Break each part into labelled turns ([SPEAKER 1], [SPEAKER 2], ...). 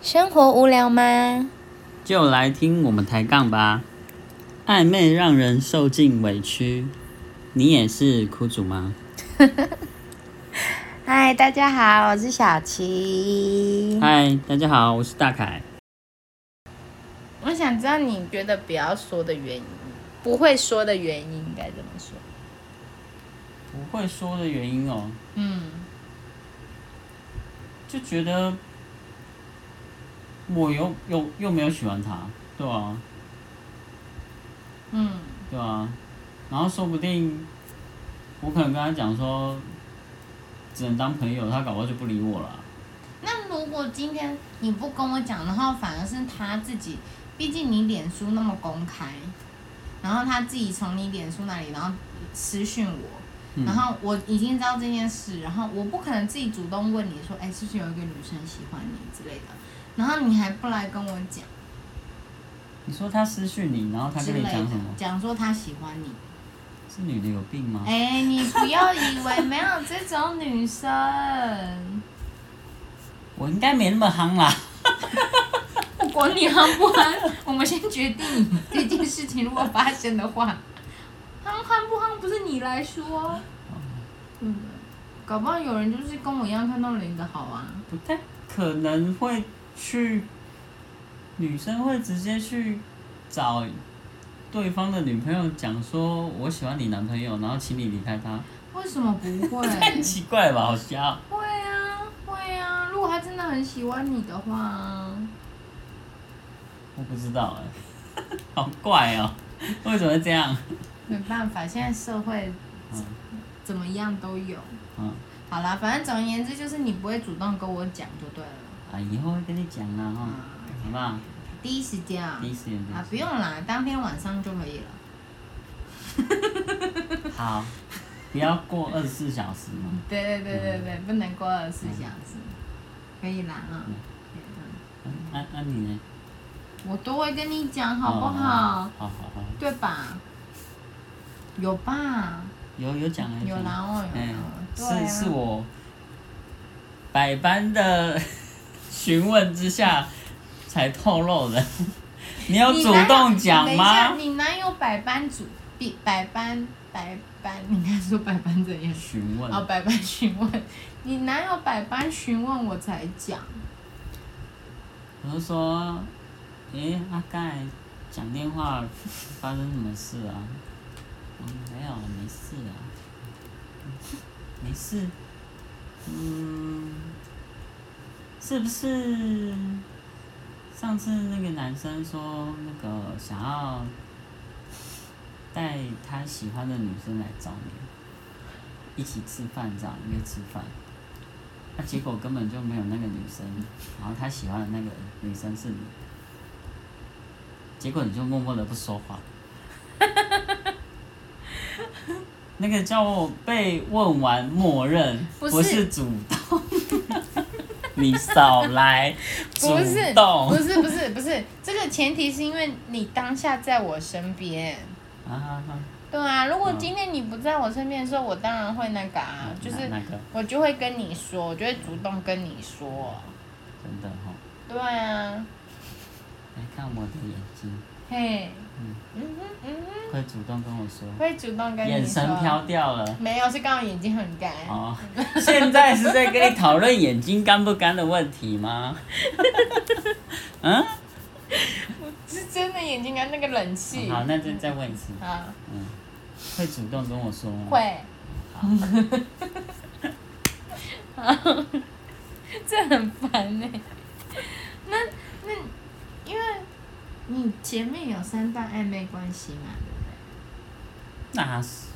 [SPEAKER 1] 生活无聊吗？
[SPEAKER 2] 就来听我们抬杠吧。暧昧让人受尽委屈，你也是苦主吗？
[SPEAKER 1] 嗨，大家好，我是小琪。
[SPEAKER 2] 嗨，大家好，我是大凯。
[SPEAKER 1] 我想知道你觉得不要说的原因，不会说的原因应该怎么说？
[SPEAKER 2] 不会说的原因哦，
[SPEAKER 1] 嗯，
[SPEAKER 2] 就觉得我又又又没有喜欢他，对啊，
[SPEAKER 1] 嗯，
[SPEAKER 2] 对啊，然后说不定我可能跟他讲说，只能当朋友，他搞不好就不理我了啊。
[SPEAKER 3] 那如果今天你不跟我讲，然后反而是他自己，毕竟你脸书那么公开，然后他自己从你脸书那里，然后私讯我，
[SPEAKER 2] 嗯
[SPEAKER 3] 然后我已经知道这件事，然后我不可能自己主动问你说，哎，是不是有一个女生喜欢你之类的，然后你还不来跟我讲
[SPEAKER 2] 你说他私讯你，然后他
[SPEAKER 3] 之
[SPEAKER 2] 跟你
[SPEAKER 3] 类
[SPEAKER 2] 讲
[SPEAKER 3] 的
[SPEAKER 2] 什么，？啊
[SPEAKER 3] 讲说他喜欢你，
[SPEAKER 2] 是女的有病吗？
[SPEAKER 3] 哎，你不要以为没有这种女生，
[SPEAKER 2] 我应该没那么夯啦。
[SPEAKER 3] 不管你憨不憨，我们先决定这件事情如果发生的话，憨憨不憨不是你来
[SPEAKER 2] 哦
[SPEAKER 3] 说，对不对？搞不好有人就是跟我一样看到人的好啊，
[SPEAKER 2] 不太可能会去，女生会直接去找对方的女朋友讲说我喜欢你男朋友，然后请你离开他，
[SPEAKER 3] 为什么不 会？
[SPEAKER 2] 很奇怪吧？好瞎哦、
[SPEAKER 3] 会啊，会啊，如果他真的很喜欢你的话，
[SPEAKER 2] 我不知道哎、 好怪哦、为什么会这样？
[SPEAKER 3] 没办法，现在社会
[SPEAKER 2] 嗯
[SPEAKER 3] 怎么样都有。
[SPEAKER 2] 嗯，
[SPEAKER 3] 好啦，反正总而言之就是你不会主动跟我讲就对了，
[SPEAKER 2] 啊，以后会跟你讲啦哈，好不好？
[SPEAKER 3] 第一时间啊
[SPEAKER 2] 第一，时间
[SPEAKER 3] 嗯
[SPEAKER 2] 就
[SPEAKER 3] 啊不用啦，当天晚上就可以了。
[SPEAKER 2] 好，不要过二十四小时嘛。
[SPEAKER 3] 对对对对对，不能过二十四小时，嗯可以啦啊。
[SPEAKER 2] 嗯
[SPEAKER 3] 对嗯
[SPEAKER 2] 那、那、啊你呢？
[SPEAKER 3] 我都会跟你讲，好不
[SPEAKER 2] 哦
[SPEAKER 3] 好？啊
[SPEAKER 2] 好好好，
[SPEAKER 3] 对吧？有吧？
[SPEAKER 2] 有有讲了。
[SPEAKER 3] 有啦哦，有
[SPEAKER 2] 嗯
[SPEAKER 3] 啦，对啊
[SPEAKER 2] 是是我百般的 询问之下才透露的。你有主动讲
[SPEAKER 3] 你男友
[SPEAKER 2] 吗
[SPEAKER 3] 等一下？你男友百般主比百般百般，你刚才说百般怎 样？
[SPEAKER 2] 询问，
[SPEAKER 3] 哦，百般询问，你男友百般询问我才讲。
[SPEAKER 2] 我就说，诶、他刚才讲电话发生什么事啊？嗯，没有，没事啊， 没事。嗯，是不是上次那个男生说那个想要带他喜欢的女生来找你，一起吃饭这样约吃饭？那、结果根本就没有那个女生，然后他喜欢的那个女生是你，结果你就默默的不说 话。那个叫我被问完默认
[SPEAKER 3] 不是
[SPEAKER 2] 主动，你少来主
[SPEAKER 3] 不是，不
[SPEAKER 2] 动
[SPEAKER 3] 是，不是，不是，这个前提是因为你当下在我身边。
[SPEAKER 2] 啊哈哈！
[SPEAKER 3] 对啊，如果
[SPEAKER 2] 嗯
[SPEAKER 3] 今天你不在我身边的时候，我当然会那个啊，就是
[SPEAKER 2] 那那个
[SPEAKER 3] 我就会跟你说，我就会主动跟你说。
[SPEAKER 2] 真的哈、
[SPEAKER 3] 对啊，
[SPEAKER 2] 来看我的眼睛，
[SPEAKER 3] 嘿，
[SPEAKER 2] 嗯
[SPEAKER 3] 嗯哼嗯哼，
[SPEAKER 2] 会主动跟我说，
[SPEAKER 3] 会主动跟你说。
[SPEAKER 2] 眼神飘掉了。
[SPEAKER 3] 没有，是刚好眼睛很干。
[SPEAKER 2] 哦，现在是在跟你讨论眼睛干不干的问题吗？嗯，
[SPEAKER 3] 是真的眼睛干，那个冷气。
[SPEAKER 2] 好，那再再问一次，
[SPEAKER 3] 啊，
[SPEAKER 2] 会主动跟我说吗？，
[SPEAKER 3] 会。 这很烦欸呢、那那，因为你前面有三段暧昧关系嘛，对不对？
[SPEAKER 2] 那是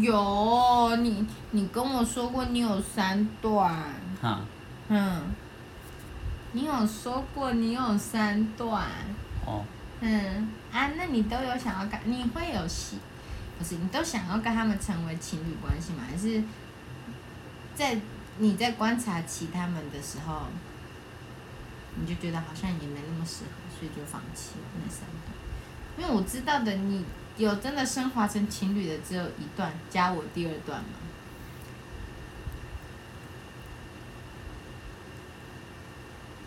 [SPEAKER 3] 有，你你跟我说过你有三段，
[SPEAKER 2] 哈，
[SPEAKER 3] 嗯，你有说过你有三段，
[SPEAKER 2] 哦，
[SPEAKER 3] 嗯啊，那你都有想要跟，你会有喜，不是你都想要跟他们成为情侣关系吗？还是在你在观察其他们的时候，你就觉得好像也没那么适合，所以就放弃了那三段？因为我知道的，你有真的升华成情侣的只有一段，加我第二段嘛。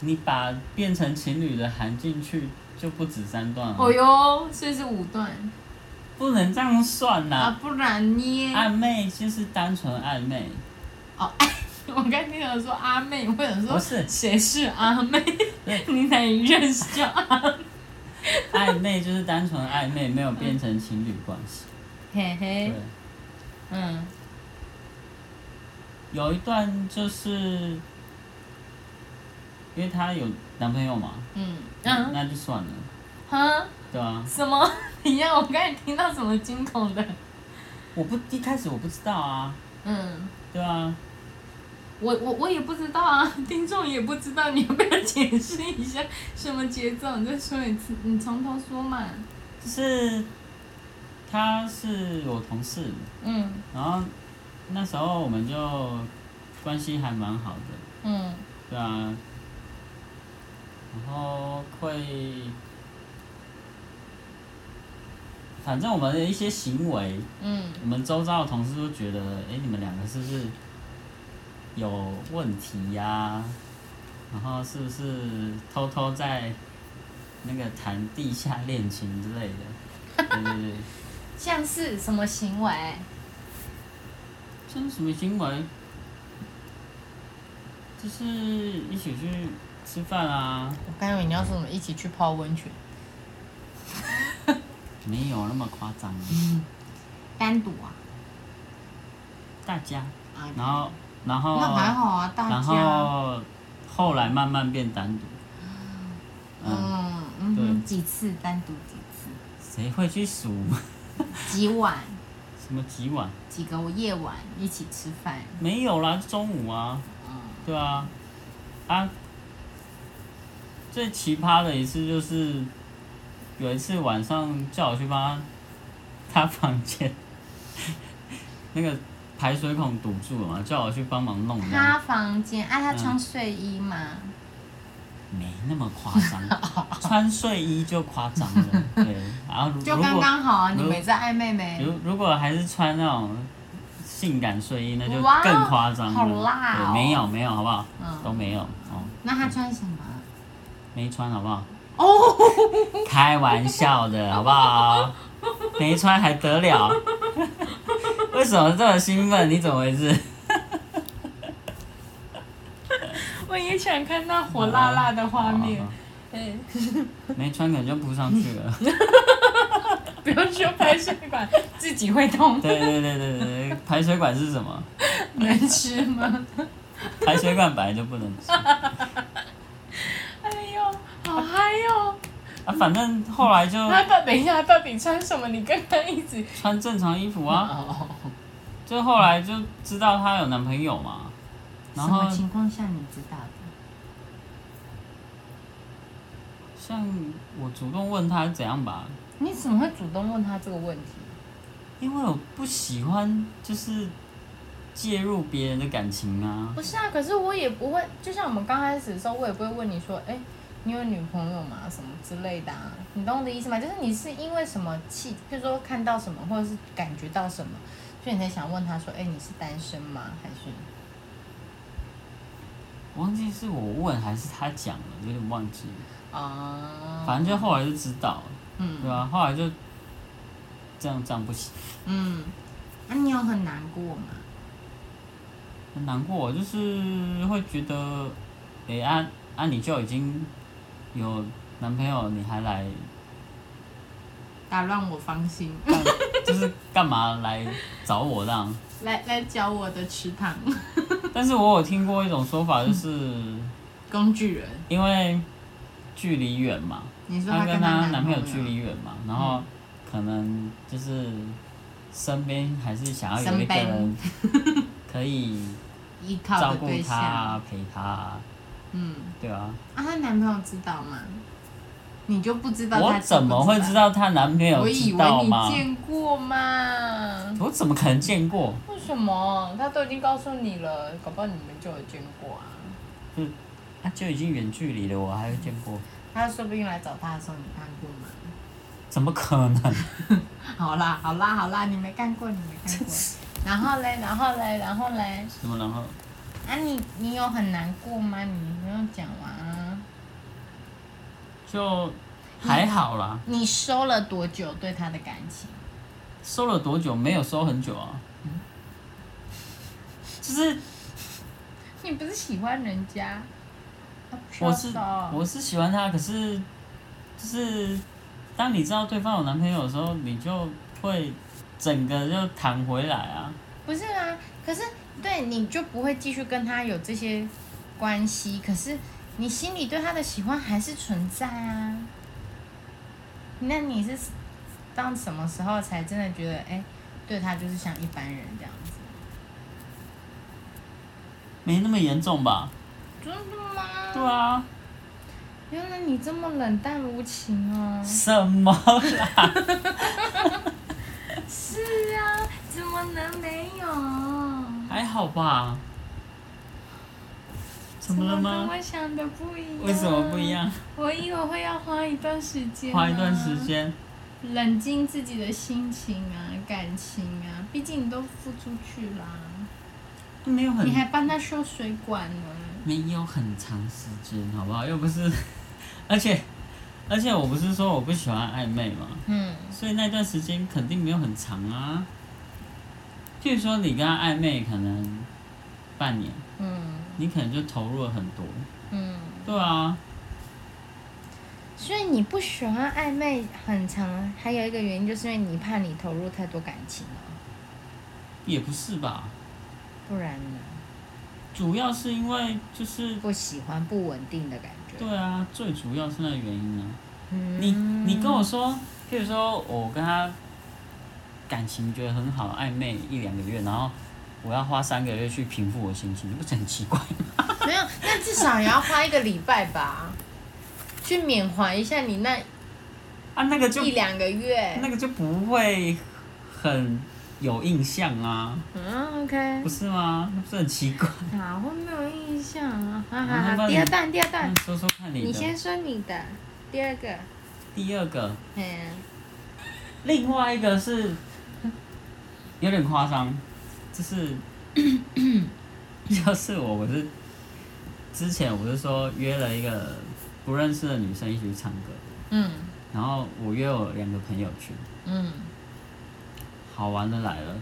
[SPEAKER 2] 你把变成情侣的含进去，就不止三段了，
[SPEAKER 3] 哦哟，所以是五段
[SPEAKER 2] 不能这样算呐、
[SPEAKER 3] 啊，不然呢？
[SPEAKER 2] 暧昧就是单纯暧昧，
[SPEAKER 3] 哦，哎， 我刚听到说阿妹，我想
[SPEAKER 1] 哦
[SPEAKER 2] 不
[SPEAKER 3] 说
[SPEAKER 2] 是
[SPEAKER 3] 谁是阿 妹？你哪里认识啊叫阿妹？
[SPEAKER 2] 暧昧就是单纯暧昧，没有变成情侣关系。
[SPEAKER 3] 嘿
[SPEAKER 2] 对
[SPEAKER 3] 嘿，，嗯，
[SPEAKER 2] 有一段就是，因为她有男朋友嘛，
[SPEAKER 3] 嗯
[SPEAKER 2] 那
[SPEAKER 3] 嗯
[SPEAKER 2] 那就算了，
[SPEAKER 3] 哈，
[SPEAKER 2] 对啊，
[SPEAKER 3] 什么？ 你让我刚才听到什么惊恐的？
[SPEAKER 2] 我不一开始我不知道啊，
[SPEAKER 3] 嗯，
[SPEAKER 2] 对啊，
[SPEAKER 3] 我我我也不知道啊， 听众也不知道，你要不要解释一下什么节奏？你再说一次，你从头说嘛。
[SPEAKER 2] 就是她是我同事，
[SPEAKER 3] 嗯
[SPEAKER 2] 然后那时候我们就关系还蛮好的，
[SPEAKER 3] 嗯
[SPEAKER 2] 对啊，然后会，反正我们的一些行为，
[SPEAKER 3] 嗯
[SPEAKER 2] 我们周遭的同事都觉得，哎，你们两个是不是有问题呀、然后是不是偷偷在那个谈地下恋情之类的？对对对，
[SPEAKER 3] 像是什么行为？
[SPEAKER 2] 这是什么行为？就是一起去吃饭啊，
[SPEAKER 1] 我刚以为你要说什么一起去泡温泉，
[SPEAKER 2] 没有那么夸张啊，
[SPEAKER 3] 单独啊？
[SPEAKER 2] 大家，
[SPEAKER 3] 啊，
[SPEAKER 2] 然后，然后，
[SPEAKER 3] 那还好啊，大
[SPEAKER 2] 然
[SPEAKER 3] 家。
[SPEAKER 2] 后后来慢慢变单独，嗯，
[SPEAKER 3] 嗯嗯哼，
[SPEAKER 2] 对
[SPEAKER 3] 几次单独几次？
[SPEAKER 2] 谁会去数
[SPEAKER 3] 几晚？
[SPEAKER 2] 什么几晚？
[SPEAKER 3] 几个夜晚一起吃饭？
[SPEAKER 2] 没有啦，中午啊，
[SPEAKER 3] 嗯
[SPEAKER 2] 对啊，啊，最奇葩的一次就是有一次晚上叫我去帮他他房间 那个排水孔堵住了嘛，叫我去帮忙弄的，
[SPEAKER 3] 他房间啊，他
[SPEAKER 2] 嗯
[SPEAKER 3] 穿睡衣吗？
[SPEAKER 2] 没那么夸张，穿睡衣就夸张了，对，然后如
[SPEAKER 3] 就
[SPEAKER 2] 如
[SPEAKER 3] 刚
[SPEAKER 2] 果
[SPEAKER 3] 刚好啊，
[SPEAKER 2] 如
[SPEAKER 3] 你们在暧昧没？
[SPEAKER 2] 如如果还是穿那种性感睡衣，那就
[SPEAKER 3] 哇
[SPEAKER 2] 更夸张了。
[SPEAKER 3] 好辣哦
[SPEAKER 2] 对没有没有，好不好？
[SPEAKER 3] 嗯
[SPEAKER 2] 都没有哦，
[SPEAKER 3] 那他穿什么？
[SPEAKER 2] 没穿好不好？
[SPEAKER 3] 哦，
[SPEAKER 2] 开玩笑的，好不好？没穿还得了？为什么这么兴奋？你怎么回事？
[SPEAKER 3] 我也想看那火
[SPEAKER 2] 好。好
[SPEAKER 3] 嗯，
[SPEAKER 2] 啊好没穿可能就扑上去了。
[SPEAKER 3] 哎不用说排水管，自己会痛。
[SPEAKER 2] 啊对对对对对对，排水管是什么？
[SPEAKER 3] 能吃 吗？
[SPEAKER 2] 排水管本来就不能吃。
[SPEAKER 3] 哎呦，好嗨哟！
[SPEAKER 2] 啊，反正后来就
[SPEAKER 3] 他到等一下，他到底穿什么？你刚刚一直
[SPEAKER 2] 穿正常衣服啊。
[SPEAKER 3] 哦，
[SPEAKER 2] 就后来就知道她有男朋友嘛，然
[SPEAKER 3] 什
[SPEAKER 2] 后
[SPEAKER 3] 么情况下你知道的？
[SPEAKER 2] 像我主动问她怎样吧，
[SPEAKER 1] 你怎么会主动问他这个问题？
[SPEAKER 2] 因为我不喜欢就是介入别人的感情啊，
[SPEAKER 1] 不是啊，可是我也不会，就像我们刚开始的时候，我也不会问你说，哎、你有女朋友吗？什么之类的、啊，你懂我的意思吗？就是你是因为什么气，比如说看到什么，或者是感觉到什么，所以你才想问他说，哎、你是单身吗？还是
[SPEAKER 2] 我忘记是我问还是她讲了，有点忘记了，
[SPEAKER 1] 啊？
[SPEAKER 2] 反正就后来就知道了，对
[SPEAKER 3] 嗯
[SPEAKER 2] 吧、后来就这样这样不行，
[SPEAKER 3] 嗯，
[SPEAKER 1] 啊
[SPEAKER 3] 那你有很难过吗？
[SPEAKER 2] 很难过，就是会觉得，哎、啊啊你就已经有男朋友，你还来，
[SPEAKER 3] 打乱我芳心，
[SPEAKER 2] 干 就是干嘛来找我这样？
[SPEAKER 3] 来来教我的池塘
[SPEAKER 2] 但是我有听过一种说法，就是
[SPEAKER 3] 工具人。
[SPEAKER 2] 因为距离远嘛，
[SPEAKER 3] 你说
[SPEAKER 2] 她跟
[SPEAKER 3] 她
[SPEAKER 2] 她男朋友距离
[SPEAKER 3] 离
[SPEAKER 2] 远嘛，
[SPEAKER 3] 嗯
[SPEAKER 2] 然后可能就是身边还是想要有一
[SPEAKER 3] 身
[SPEAKER 2] 个
[SPEAKER 3] 边
[SPEAKER 2] 人 可以
[SPEAKER 3] 依靠
[SPEAKER 2] 照
[SPEAKER 3] 的
[SPEAKER 2] 顾
[SPEAKER 3] 对
[SPEAKER 2] 她
[SPEAKER 3] 象，
[SPEAKER 2] 啊、陪她啊，
[SPEAKER 3] 嗯，
[SPEAKER 2] 对啊。
[SPEAKER 3] 啊，她男朋友知道吗？你就不知道
[SPEAKER 2] 我
[SPEAKER 3] 她
[SPEAKER 2] 怎么会知
[SPEAKER 3] 道？
[SPEAKER 2] 道她男朋友
[SPEAKER 3] 我以
[SPEAKER 2] 知
[SPEAKER 3] 为
[SPEAKER 2] 道
[SPEAKER 3] 你
[SPEAKER 2] 吗？
[SPEAKER 3] 见过嘛？
[SPEAKER 2] 我怎么可能见过？
[SPEAKER 1] 为什么？他都已经告诉你了，搞不好你们就有见过啊。
[SPEAKER 2] 她就已经远距离了，我还会见过？
[SPEAKER 3] 他说不定来找他的时候你看过吗？
[SPEAKER 2] 怎么可能？
[SPEAKER 3] 好啦，好啦，好啦，你没看过，你没看 过。然后嘞，然后嘞，然后嘞，
[SPEAKER 2] 什么然后？
[SPEAKER 3] 啊你你有很难过吗？你没有讲完啊。
[SPEAKER 2] 就还好啦。
[SPEAKER 3] 你收了多久对他的感情？嗯
[SPEAKER 2] 收了多久？没有收很久啊。就是
[SPEAKER 3] 你不是喜欢人家？啊不需要
[SPEAKER 2] 我是
[SPEAKER 3] 收
[SPEAKER 2] 我是喜欢他，可是就是当你知道对方有男朋友的时候，你就会整个就弹回来啊。
[SPEAKER 3] 不是啊，可是对你就不会继续跟他有这些关系，可是你心里对他的喜欢还是存在啊。那你是到什么时候才真的觉得，哎，对他就是像一般人这样子？
[SPEAKER 2] 没那么严重吧？
[SPEAKER 3] 真的吗？
[SPEAKER 2] 对啊，
[SPEAKER 3] 原来你这么冷淡无情哦。
[SPEAKER 2] 什么 啦？
[SPEAKER 3] 是啊，怎么能没有？
[SPEAKER 2] 还好吧？怎么了
[SPEAKER 3] 怎
[SPEAKER 2] 吗
[SPEAKER 3] 跟？我想的不一样。
[SPEAKER 2] 为什么不一？样？
[SPEAKER 3] 我以为会要花一段时间、啊
[SPEAKER 2] 花一段时。间，
[SPEAKER 3] 冷静自己的心情啊，感情啊，毕竟你都付出去啦，
[SPEAKER 2] 没有很
[SPEAKER 3] 你还帮他修水管呢。
[SPEAKER 2] 没有很长时间，好不好？又不是， 而且而且我不是说我不喜欢暧昧嘛，
[SPEAKER 3] 嗯，
[SPEAKER 2] 所以那段时间肯定没有很长啊。譬如说你跟他暧昧可能半年，
[SPEAKER 3] 嗯
[SPEAKER 2] 你可能就投入了很多，
[SPEAKER 3] 嗯，
[SPEAKER 2] 对啊，
[SPEAKER 3] 所以你不喜欢暧昧很长，还有一个原因就是因为你怕你投入太多感情了，
[SPEAKER 2] 也不是吧？
[SPEAKER 3] 不然呢？
[SPEAKER 2] 主要是因为就是
[SPEAKER 3] 不喜欢不稳定的感觉。
[SPEAKER 2] 对啊，最主要是那个原因啊。
[SPEAKER 3] 嗯
[SPEAKER 2] 你你跟我说，譬如说我跟他感情觉得很好，暧昧一两个月，然后我要花三个月去平复我心情，你不是很奇怪 吗？
[SPEAKER 3] 没有，那至少也要花一个礼拜吧，去缅怀一下你那
[SPEAKER 2] 啊，那个就
[SPEAKER 3] 一两个月。
[SPEAKER 2] 那个就不会很有印象啊，
[SPEAKER 3] 嗯，OK
[SPEAKER 2] 不。是吗？那不是很奇怪？
[SPEAKER 3] 哪会没有印象啊？好
[SPEAKER 2] 嗯
[SPEAKER 3] 好
[SPEAKER 2] 那
[SPEAKER 3] 好，
[SPEAKER 2] 你
[SPEAKER 3] 第二段，第二段
[SPEAKER 2] 那，说说看你
[SPEAKER 3] 你
[SPEAKER 2] 的
[SPEAKER 3] 先说你的第二个。
[SPEAKER 2] 第二个，
[SPEAKER 3] 嗯，
[SPEAKER 2] 另外一个是有点夸张，就是就是我我是之前我不是说约了一个不认识的女生一起去唱歌，
[SPEAKER 3] 嗯
[SPEAKER 2] 然后我约我两个朋友去，
[SPEAKER 3] 嗯，
[SPEAKER 2] 好玩的来了。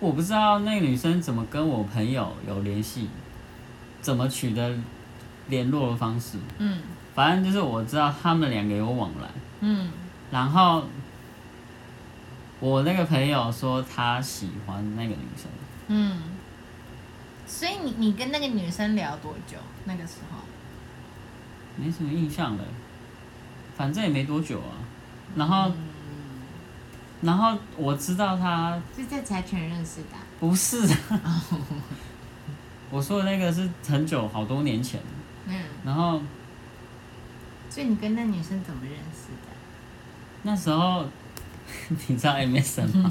[SPEAKER 2] 我不知道那个女生怎么跟我朋友有联系，怎么取得联络的方式。
[SPEAKER 3] 嗯
[SPEAKER 2] 反正就是我知道他们两个有往来。
[SPEAKER 3] 嗯
[SPEAKER 2] 然后我那个朋友说他喜欢那个女生，
[SPEAKER 3] 嗯。所以你你跟那个女生聊多久？那个时候
[SPEAKER 2] 没什么印象了，反正也没多久啊。然后，然后我知道他
[SPEAKER 4] 是在柴犬认识的啊、
[SPEAKER 2] 不是啊，我说的那个是很久好多年前，
[SPEAKER 4] 嗯，
[SPEAKER 2] 然后
[SPEAKER 4] 所以你跟那女生怎么认识的？
[SPEAKER 2] 那时候 你知道 MSN 吗？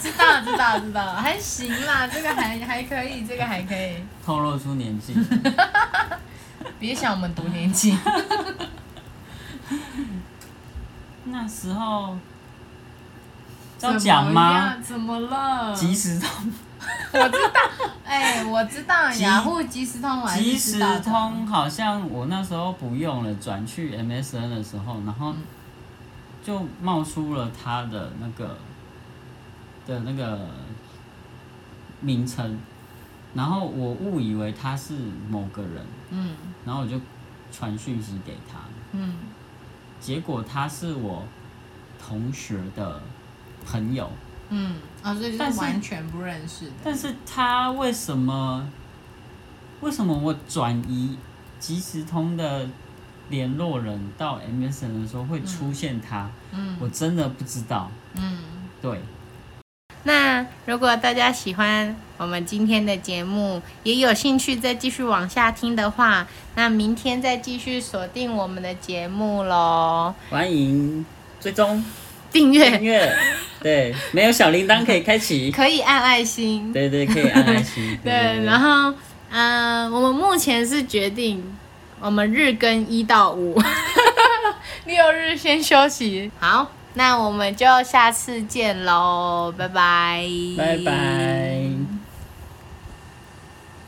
[SPEAKER 3] 知道知道知道，还行啦，这个还还可以，这个还可以。
[SPEAKER 2] 透露出年纪，
[SPEAKER 3] 别想我们多年轻。
[SPEAKER 2] 那时候要讲吗？？
[SPEAKER 3] 怎么了？
[SPEAKER 2] 即时通，
[SPEAKER 3] 哎、我知道
[SPEAKER 2] 即
[SPEAKER 3] 雅虎即时通，我还是
[SPEAKER 2] 即
[SPEAKER 3] 知
[SPEAKER 2] 时
[SPEAKER 3] 道的
[SPEAKER 2] 通好像我那时候不用了，转去 MSN 的时候，然
[SPEAKER 3] 嗯
[SPEAKER 2] 后就冒出了他的那个的那个名称，然后我误以为他是某个人，
[SPEAKER 3] 嗯
[SPEAKER 2] 然后我就传讯息给他，
[SPEAKER 3] 嗯
[SPEAKER 2] 结果他是我同学的朋友，
[SPEAKER 3] 嗯，啊、所以就
[SPEAKER 2] 但
[SPEAKER 3] 是
[SPEAKER 2] 是
[SPEAKER 3] 完全不认识的。
[SPEAKER 2] 但是他为什么为什么我转移即时通的联络人到 MSN 的时候会出现他？
[SPEAKER 3] 嗯
[SPEAKER 2] 我真的不知道。
[SPEAKER 3] 嗯。
[SPEAKER 2] 对，
[SPEAKER 3] 那如果大家喜欢我们今天的节目，也有兴趣再继续往下听的话，那明天再继续锁定我们的节目喽，
[SPEAKER 2] 欢迎追踪
[SPEAKER 3] 订
[SPEAKER 2] 订
[SPEAKER 3] 阅
[SPEAKER 2] 阅，对，没有小铃铛可以开启，
[SPEAKER 3] 可以按爱心，
[SPEAKER 2] 对对，可以按爱心。
[SPEAKER 3] 对，然后嗯、呃我们目前是决定我们日更一到 五，六日先休息。好，那我们就下次见喽，拜拜，
[SPEAKER 2] 拜拜。